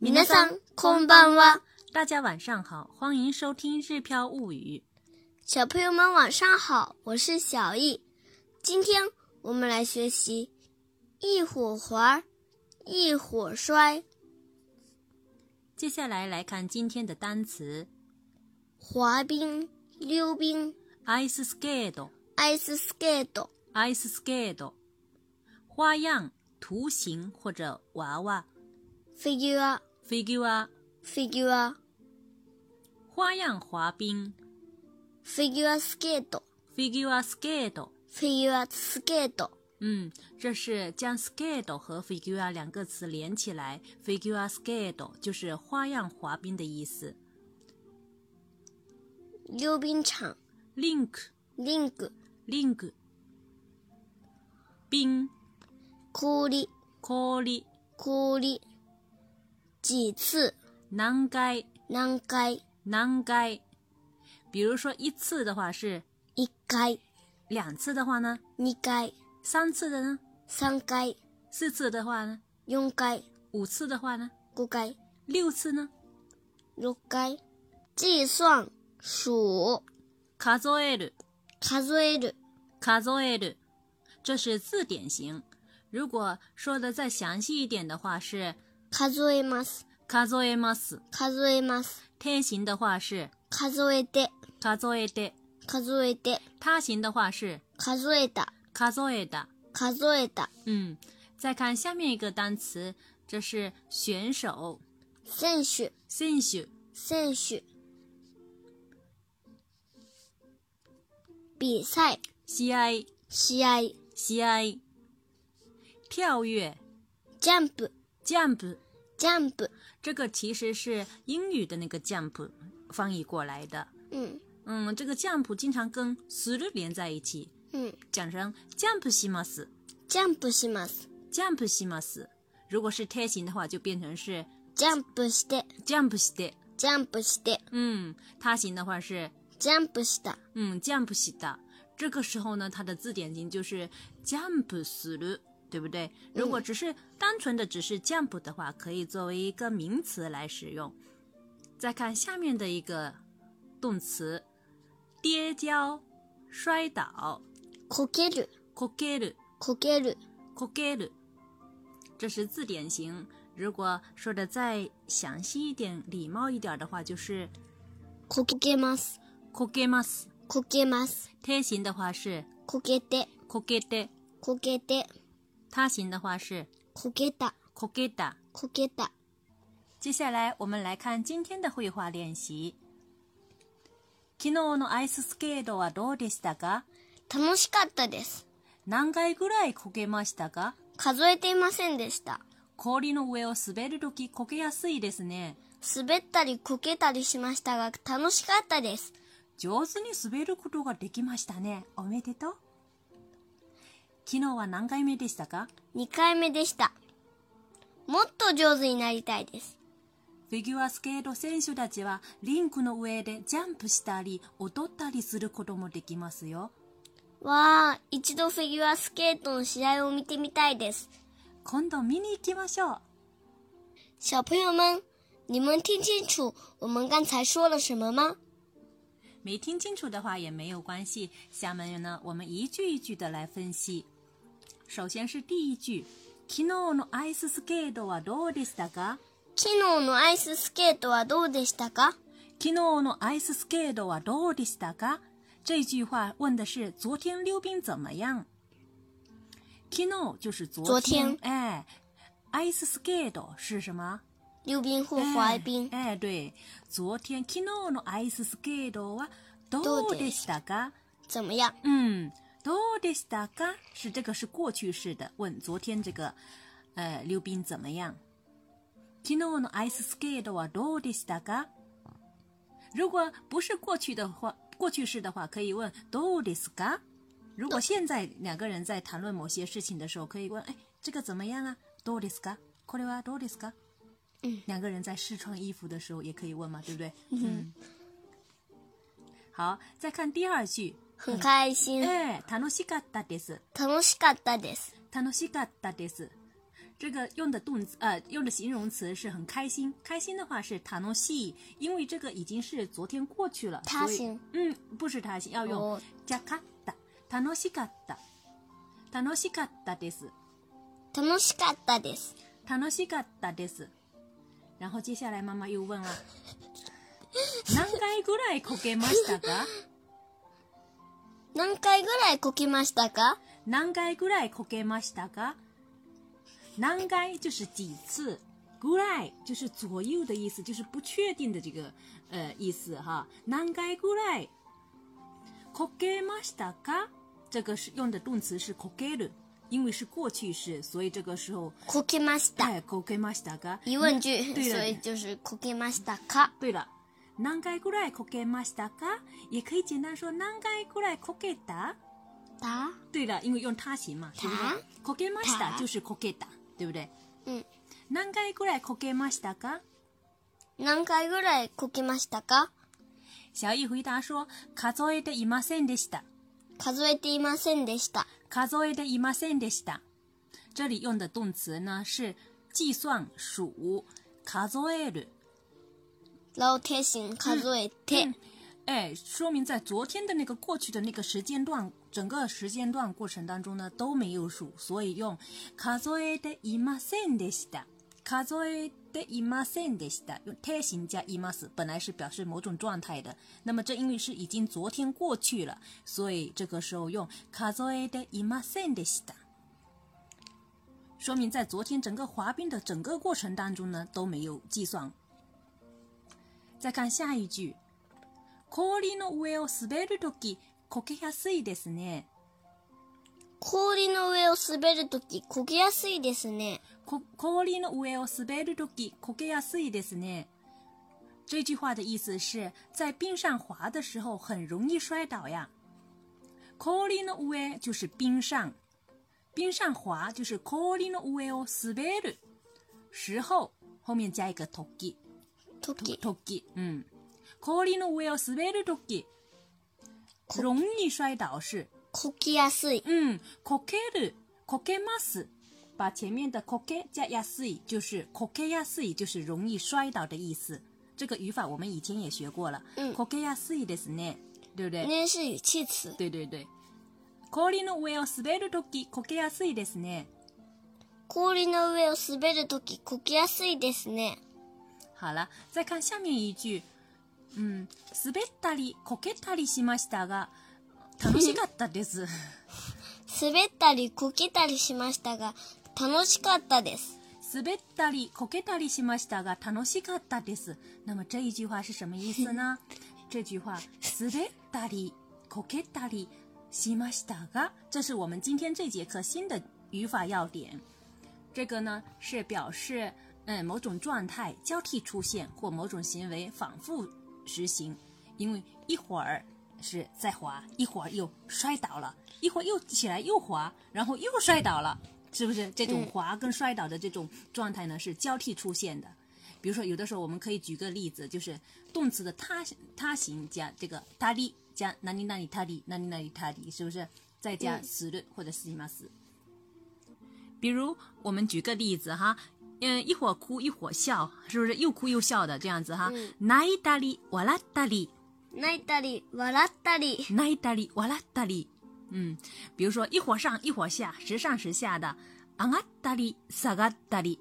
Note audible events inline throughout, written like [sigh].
皆さんこんばんは。大家晚上好，欢迎收听《日飘物语》。小朋友们晚上好，我是小易。今天我们来学习一火滑，一火摔，接下来来看今天的单词滑冰、溜冰、 ：ice skate、 ice skate、 ice skate，花样、图形或者娃娃 figure、 （figure）， figure、花样滑冰 figure skate、 （figure skate）。 figure skate。嗯，这是将 skate 和 figure 两个词连起来，figure skate 就是花样滑冰的意思。溜冰场 link link、 link，冰氷、氷氷。几次、何回何回、何回。比如说一次的话是，一回、两次的话呢，二回、三次的呢，三回、四次的话呢，四回、五次的话呢，五回、六次呢。六回。计算、数、数える数える、数える，这是字典型。如果说的再详细一点的话是数えます、数えます。数えます、天形的话是数えて、数えて，数えて、他形的话是数えた、数えた。数えた。嗯，再看下面一个单词，这是选手選手、选手選手。比赛、試合試合、試合。跳跃ジャンプ、 jump，ジャンプ。这个其实是英语的那个 jump 翻译过来的。うん、嗯，这个 jump 经常跟 s る连在一起，うん。讲成 jump しますジャンプします。 jump します。如果是贴形的话，就变成是ジャンプして、 jump して。ジャンプして、嗯，他形的话是ジャンプした。嗯 jump した。这个时候呢，它的字典型就是 jump する，对不对？如果只是单纯的只是 jump 的话，可以作为一个名词来使用。再看下面的一个动词，跌跤、摔倒、こける、こける。こける、こける，这是字典型。如果说的再详细一点、礼貌一点的话，就是こけます、こけます。こけます、贴形的话是こけて、こけて，こけて、他形的话是こけた、こけた。こけた。接下来我们来看今天的绘画练习。昨日のアイススケートはどうでしたか？楽しかったです。何回ぐらいこけましたか？数えていませんでした。氷の上を滑るときこけやすいですね。滑ったりこけたりしましたが、楽しかったです。上手に滑ることができましたね。おめでとう。昨日は何回目でしたか2回目でした。もっと上手になりたいです。フィギュアスケート選手たちはリンクの上でジャンプしたり踊ったりすることもできますよ。わー、一度フィギュアスケートの試合を見てみたいです。今度見に行きましょう。小朋友们，你们听清楚我们刚才说了什么吗？没听清楚的话也没有关系。下面呢，我们一句一句的来分析。首先是第一句，昨日のアイススケートはどうでしたか昨日のアイススケートはどうでしたか昨日のアイススケートはどうでしたか？这句话问的是昨天溜冰怎么样？昨日就是昨昨天哎，ice skate 是什么？溜冰或滑哎冰。哎，对，昨天昨日のアイススケートはどうでしたか？怎么样？嗯，どうでしたか？是这个是过去式的，问昨天这个呃溜冰怎么样？昨日のアイススケートはどうでしたか？如果不是过去的话，过去式的话，可以问どうですか？如果现在两个人在谈论某些事情的时候，可以问哎这个怎么样啊？どうですか？これはどうですか？嗯，两个人在试穿衣服的时候也可以问嘛，对不对？嗯。好，再看第二句。很开心。ええ楽しかったです。楽しかったです。楽しかったです。这个用的动词呃用的形容词是很开心，开心的话是楽しい，因为这个已经是昨天过去了，他所以行嗯，不是他行，要用哦じゃかった、楽しかった、楽しかったです、楽しかったです。楽しかったです。然后接下来妈妈又 [laughs] 问了，何回ぐらいこけましたか？何回ぐらいこきましたか何回ぐらいこけましたか？何回就是几次，ぐらい就是左右的意思，就是不确定的这个呃意思哈。何回ぐらいこけましたか？这个是用的动词是こける，因为是过去式，所以这个时候こきました。哎こけましたか？疑问句，对所以就是こきましたか。对了，何回ぐらいこけましたか？也可以简单说何回ぐらいこけた？だ对了，因为用他形嘛，他对不对？こけまし他た就是こけた，对不对？うん。何回ぐらいこけましたか？何回ぐらいこきましたか小易回答说：数えていませんでした。数えていませんでした。数えていませんでした。这里用的动词呢是计算、数、数える。老天行数えて、哎，说明在昨天的那个过去的那个时间段，整个时间段过程当中呢都没有数，所以用数えていませんでした。数えていませんでした，用て形加います，本来是表示某种状态的，那么这因为是已经昨天过去了，所以这个时候用数えていませんでした。说明在昨天整个滑冰的整个过程当中呢都没有计算。再看下一句。氷の上を滑るとき、こけやすいですね。氷の上を滑るときこけやすいですね。こ氷の上を滑るとき、こけやすいですね。这句话的意思是在冰上滑的时候很容易摔倒呀。氷の上就是冰上，冰上滑就是氷の上を滑る，时候后面加一个とき。とき、とき、嗯，氷の上を滑るとき，こ容易摔倒是こきやすい。嗯，こける、こけます。把前面的こけ加やすい，就是こけやすい，就是容易摔倒的意思。这个语法我们以前也学过了。嗯こけやすいですね，对不对？年是语气词。对对对。氷の上を滑るとき、こけやすいですね。氷の上を滑るときこけやすいですね。好了，再看下面一句。嗯，滑ったりこけたりしましたが、楽しかったです。滑ったりこけたりしましたが楽しかったです。滑ったりこけたりしましたが楽しかったです。那么这一句话是什么意思呢？这句话滑ったりこけたりしましたが，这是我们今天这节课新的语法要点。这个呢是表示嗯某种状态交替出现或某种行为反复实行，因为一会儿是在滑，一会儿又摔倒了，一会儿又起来又滑，然后又摔倒了，是不是？这种滑跟摔倒的这种状态呢是交替出现的。比如说，有的时候我们可以举个例子，就是动词的他他形加这个他力加哪里哪里他力哪里哪里他力，是不是？再加嗯する或者します。比如我们举个例子哈，嗯，一会儿哭一会儿笑，是不是又哭又笑的这样子哈？泣いたり笑ったり，泣いたり笑ったり泣いたり笑ったり，嗯，比如说一会儿上一会儿下，时上时下的，上がったり下がったり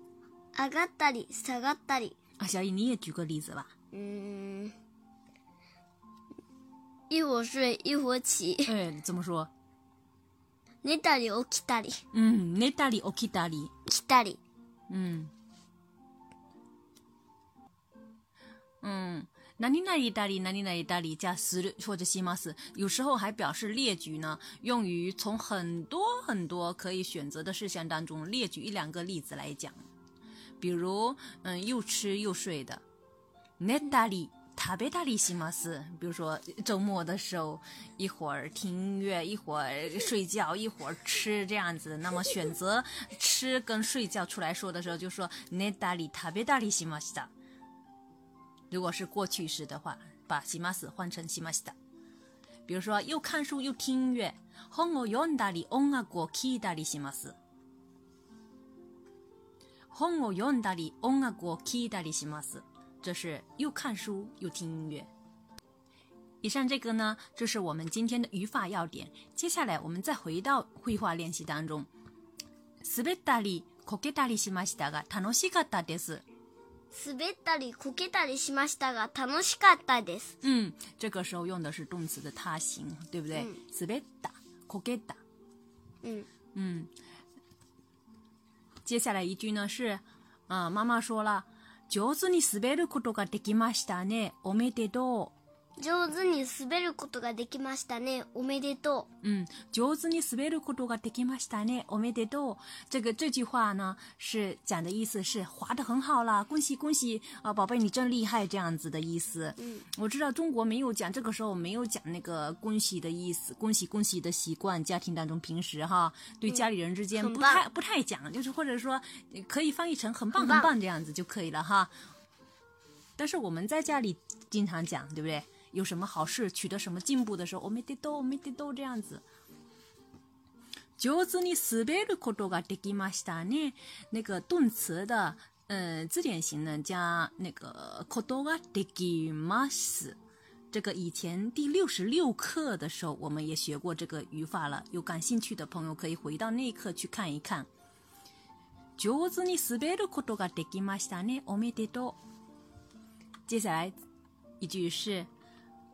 上がったり下がったり。啊，小雨你也举个例子吧。嗯，一会儿睡一会儿起，嗯，怎么说？寝たり起きたり嗯，寝たり起きたり，起きたり。嗯，嗯，何々たり何々たり加する或者します，有时候还表示列举呢，用于从很多很多可以选择的事项当中列举一两个例子来讲。比如，嗯，又吃又睡的，寝たり食べたりします。比如说周末的时候，一会儿听音乐，一会儿睡觉，一会儿吃这样子。那么选择吃跟睡觉出来说的时候，就说寝たり食べたりしました。如果是过去式的话，把します换成しました。比如说，又看书又听音乐，本を読んだり音楽を聴いたりします。本を読んだり、音楽を聴いたりします。这是又看书又听音乐。以上这个呢，就是我们今天的语法要点。接下来我们再回到绘画练习当中。滑ったり、こけたりしましたが、楽しかったです。滑ったりこけたりしましたが楽しかったです。嗯，这个时候用的是动词的他形，对不对？滑った、こけた。嗯，嗯，接下来一句呢是，啊、妈妈说了，上手に滑ることができましたね。おめでと上手に滑ることができましたね。おめでう。と嗯，上手に滑ることができましたね。おめでとう。这个这句话呢是讲的意思是滑得很好啦，恭喜恭喜啊，宝贝你真厉害这样子的意思。嗯，我知道中国没有讲这个时候没有讲那个恭喜的意思，恭喜恭喜的习惯，家庭当中平时哈对家里人之间嗯很不棒太、不太讲，就是或者说呃可以翻译成很棒很很棒棒这样子就可以了哈。但是我们在家里经常讲，对不对？有什么好事、取得什么进步的时候，我没得到，我没得到这样子。上手に滑ることができましたね。那个动词的，嗯、字典型呢加那个ことができます。这个以前第六十六课的时候，我们也学过这个语法了。有感兴趣的朋友可以回到那一课去看一看。上手に滑ることができましたね。おめでとう。接下来一句是，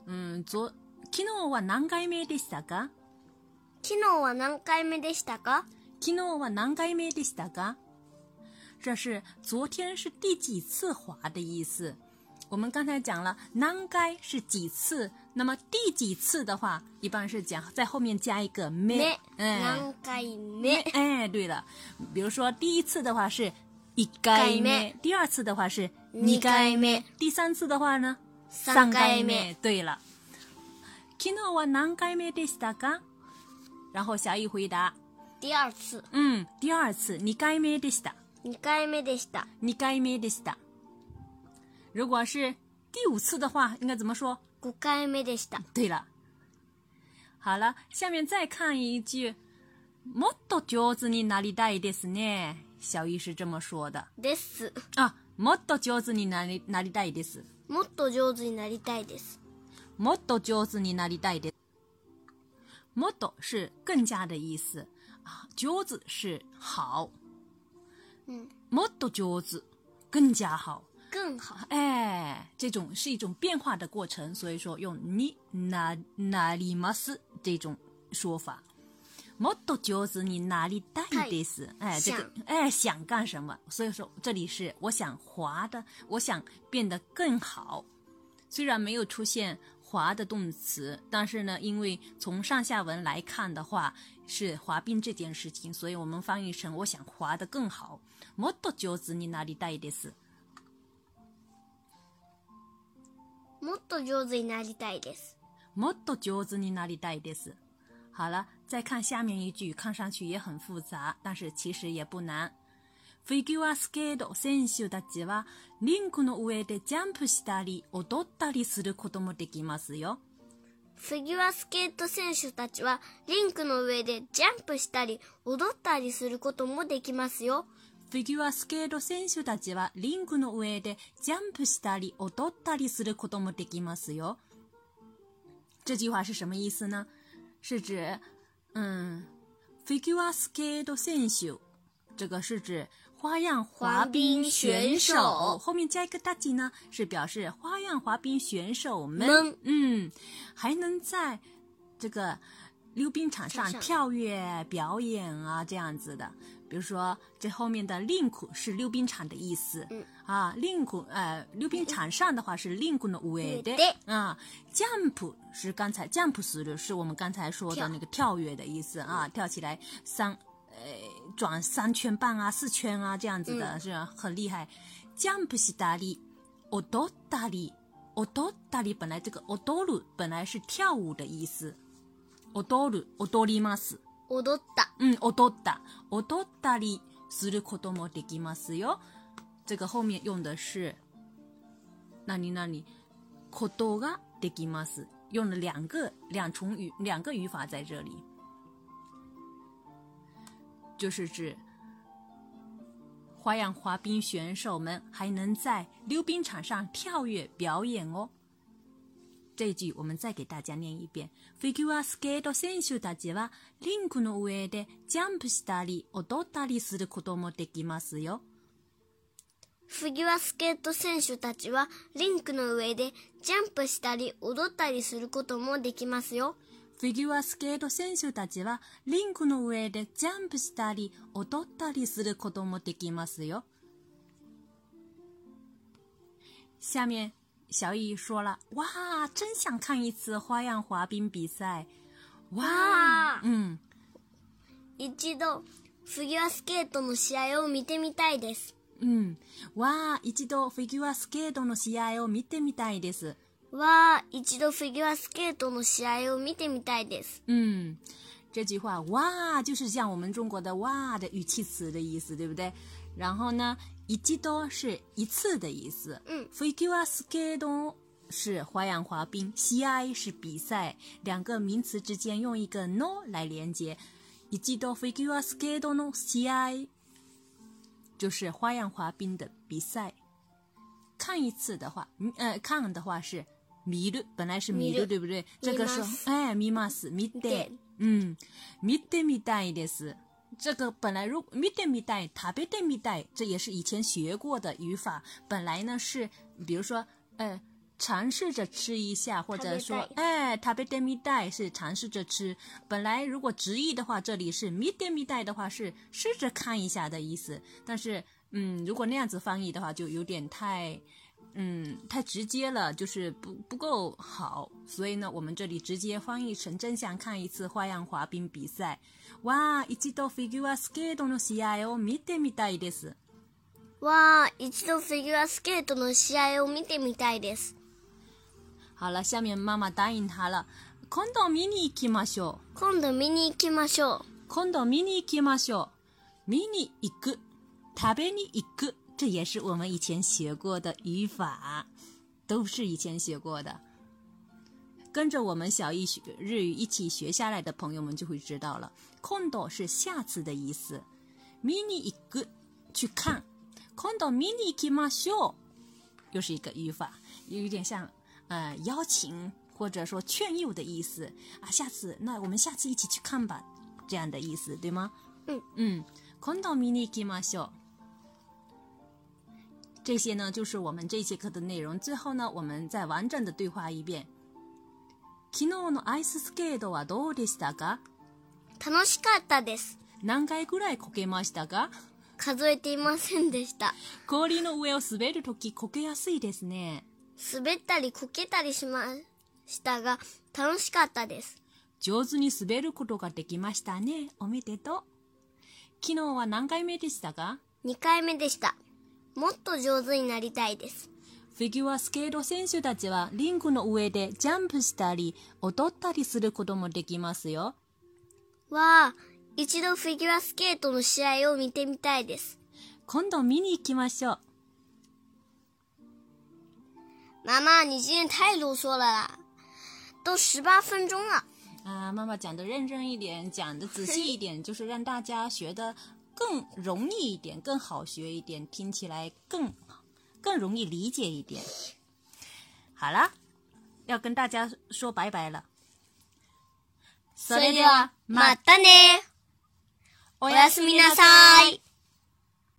嗯，昨昨日は何回目でしたか？う。昨日は何回目でしたか昨日は何回目でしたか？这是昨天是第几次滑的意思。我们刚才讲了，何回是几次，那么第几次的话，一般是讲在后面加一个目め，哎何回目哎，对了，比如说第一次的话是一回一回目目，第二次的话是二二回回目目，第三次的话呢三回目对了，昨日は何回目でしたか？然后小易回答。第二次。嗯，第二次二回目でした。 2回目でした。二回目でした。如果是第五次的话，应该怎么说？ 5回目でした。对了，好了，下面再看一句，もっと上手になりたいですね。小易是这么说的です。啊，もっと上手になりなりたいです。もっと上手になりたいです。もっと上手になりたいです。もっと是更加的意思啊，上手是好，嗯，もっと上手更加好。更好。哎，这种是一种变化的过程，所以说用にななります这种说法。もっと上手になりたいです。哎，这个哎想干什么？所以说这里是我想滑的，我想变得更好。虽然没有出现滑的动词，但是呢，因为从上下文来看的话是滑冰这件事情，所以我们翻译成我想滑得更好。もっと上手になりたいです。もっと上手になりたいです。もっと上手になりたいです。好了，再看下面一句，看上去也很复杂，但是其实也不难。フィギュアスケート選手たちはリンクの上でジャンプしたり踊ったりすることもできますよ。フィギュアスケート選手たちはリンクの上でジャンプしたり踊ったりすることもできますよ。フィギュアスケート選手たちはリンクの上でジャンプしたり踊ったりすることもできますよ。这句话是什么意思呢？是指，嗯，フィギュアスケート選手，这个是指花样滑冰选手，滑冰选手后面加一个大吉呢，是表示花样滑冰选手们，们嗯，还能在这个溜冰场上场上跳跃表演啊，这样子的。比如说，这后面的 link 是溜冰场的意思，嗯啊，link 呃，溜冰场上的话是 link の上で上で啊，jump 是刚才 jump する是我们刚才说的跳那个跳跃的意思啊，跳起来三呃转三圈半啊、四圈啊这样子的，是吧很厉害。jump したり、踊ったり、踊ったり本来这个踊る本来是跳舞的意思，踊る踊ります。踊った。嗯，踊った、踊ったりすることもできますよ。这个后面用的是，那你那你，ことができます，用了两个两重语两个语法在这里，就是指花样滑冰选手们还能在溜冰场上跳跃表演哦。这一句我们再给大家念一遍。フィギュアスケート選手たちはリンクの上でジャンプしたり踊ったりすることもできますよ。フィギュアスケート選手たちはリンクの上でジャンプしたり踊ったりすることもできますよ。フィギュアスケート選手たちはリンクの上でジャンプしたり踊ったりすることもできますよ。下面小易说了：“哇，真想看一次花样滑冰比赛！”哇，哇嗯，一度フィギュアスケートの試合を見てみたいです。うん。わあ、一度フィギュアスケートの試合を見てみたいです。わあ、一度フィギュアスケートの試合を見てみたいです。嗯，这句话“哇”就是像我们中国的“哇”的语气词的意思，对不对？然后呢，一季多是一次的意思。嗯フィギュアスケート是花样滑冰，西 i 是比赛，两个名词之间用一个 no 来连接。一季多フィギュアスケートの西 i 就是花样滑冰的比赛。看一次的话，嗯呃，看的话是見る，本来是見見る，る对不对？这个时見ま候，す哎，見ます，見てて，嗯，見てみたいです。这个本来如見てみたい、食べてみたい，这也是以前学过的语法。本来呢是，比如说，呃，尝试着吃一下，或者说食べたい，哎，食べてみたい是尝试着吃。本来如果直译的话，这里是見てみたい的话是试着看一下的意思。但是，嗯，如果那样子翻译的话，就有点太。嗯，太直接了，就是不不够好，所以呢，我们这里直接翻译成真想看一次花样滑冰比赛。哇，一度フィギュアスケートの試合を見てみたいです。わあ、一度フィギュアスケートの試合を見てみたいです。好了，下面妈妈答应他了，今度見に行きましょ今度見に行きましょう。う。今度見に行きましょう。見に行く，食べに行く，这也是我们以前学过的语法，都是以前学过的。跟着我们小一学日语一起学下来的朋友们就会知道了。今度是下次的意思，見に行く去看，今度見に行きましょう，又是一个语法，有点像呃邀请或者说劝诱的意思啊。下次那我们下次一起去看吧，这样的意思对吗？嗯嗯，今度見に行きましょう。这些呢，就是我们这节课的内容。最后呢，我们再完整的对话一遍。昨日のアイススケートはどうでしたか楽しかったです。何回ぐらいこけましたか数えていませんでした。氷の上を滑るときこけやすいですね。滑ったりこけたりしましたが、楽しかったです。上手に滑ることができましたね。おめでとう。昨日は何回目でしたか2回目でした。もっと上手になりたいです。フィギュアスケート選手たちはリンクの上でジャンプしたり踊ったりすることもできますよ。わあ、一度フィギュアスケートの試合を見てみたいです。今度見に行きましょう。妈妈，你今天太啰嗦了啦，都十八分钟了。啊，妈妈讲的认真一点，讲的仔细一点，就是让大家学的更容易一点，更好学一点，听起来更更容易理解一点。好啦，要跟大家说拜拜了。またね。おおやすみなさい。